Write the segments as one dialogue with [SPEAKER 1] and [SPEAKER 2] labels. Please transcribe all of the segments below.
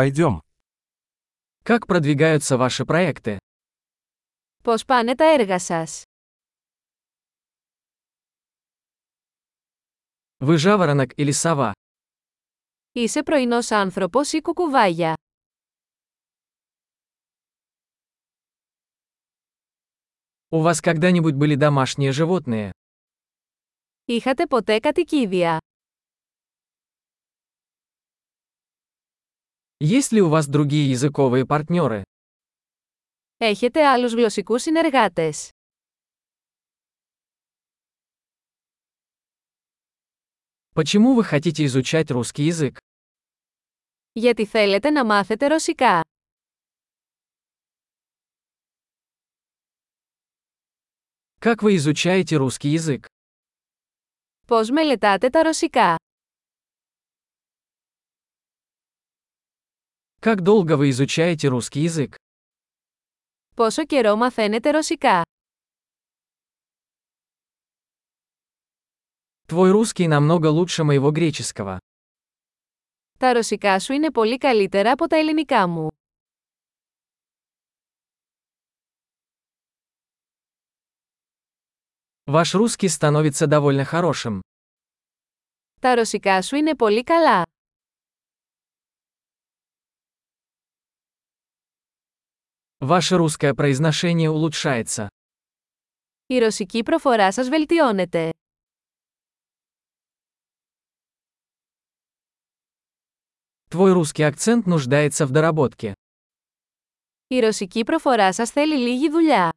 [SPEAKER 1] Пойдем.
[SPEAKER 2] Как продвигаются ваши проекты?
[SPEAKER 3] Πώς πάνε τα έργα σας?
[SPEAKER 2] Вы жаворонок или сова?
[SPEAKER 3] Είσαι πρωινός άνθρωπος ή κουκουβάγια.
[SPEAKER 2] У вас когда-нибудь были домашние животные?
[SPEAKER 3] Είχατε ποτέ κατοικίδια.
[SPEAKER 2] Есть ли у вас другие языковые партнеры?
[SPEAKER 3] Έχετε άλλους γλωσσικούς συνεργάτες.
[SPEAKER 2] Почему вы хотите изучать русский язык?
[SPEAKER 3] Γιατί θέλετε να μάθετε ρωσικά.
[SPEAKER 2] Как вы изучаете русский язык?
[SPEAKER 3] Πώς μελετάτε τα ρωσικά.
[SPEAKER 2] Как долго вы изучаете русский язык?
[SPEAKER 3] Πόσο καιρό μαθαίνετε ρωσικά.
[SPEAKER 2] Твой русский намного лучше моего греческого.
[SPEAKER 3] Τα ρωσικά σου είναι πολύ καλύτερα από τα ελληνικά μου.
[SPEAKER 2] Ваш русский становится довольно хорошим.
[SPEAKER 3] Τα ρωσικά σου είναι πολύ καλά.
[SPEAKER 2] Ваше русское произношение улучшается.
[SPEAKER 3] Η ρωσική προφορά σας βελτιώνεται.
[SPEAKER 2] Твой русский акцент нуждается в доработке.
[SPEAKER 3] Η ρωσική προφορά σας θέλει λίγη δουλειά.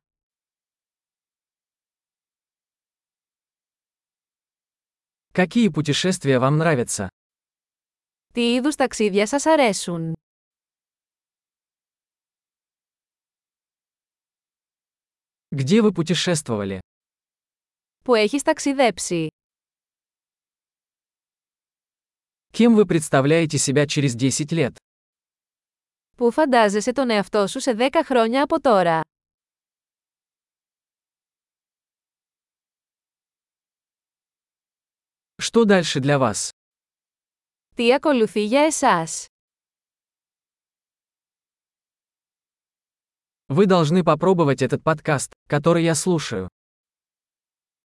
[SPEAKER 2] Какие путешествия вам нравятся?
[SPEAKER 3] Τι είδους ταξίδια σας αρέσουν.
[SPEAKER 2] Где вы путешествовали?
[SPEAKER 3] Που έχεις ταξιδέψει.
[SPEAKER 2] Кем вы представляете себя через 10 лет?
[SPEAKER 3] Πού φαντάζεσαι τον εαυτό σου σε 10 χρόνια από τώρα.
[SPEAKER 2] Что дальше для вас?
[SPEAKER 3] Τι ακολουθεί για εσάς.
[SPEAKER 2] Вы должны попробовать этот подкаст, который я слушаю.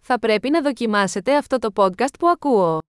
[SPEAKER 3] Θα πρέπει να δοκιμάσετε αυτό το podcast που ακούω.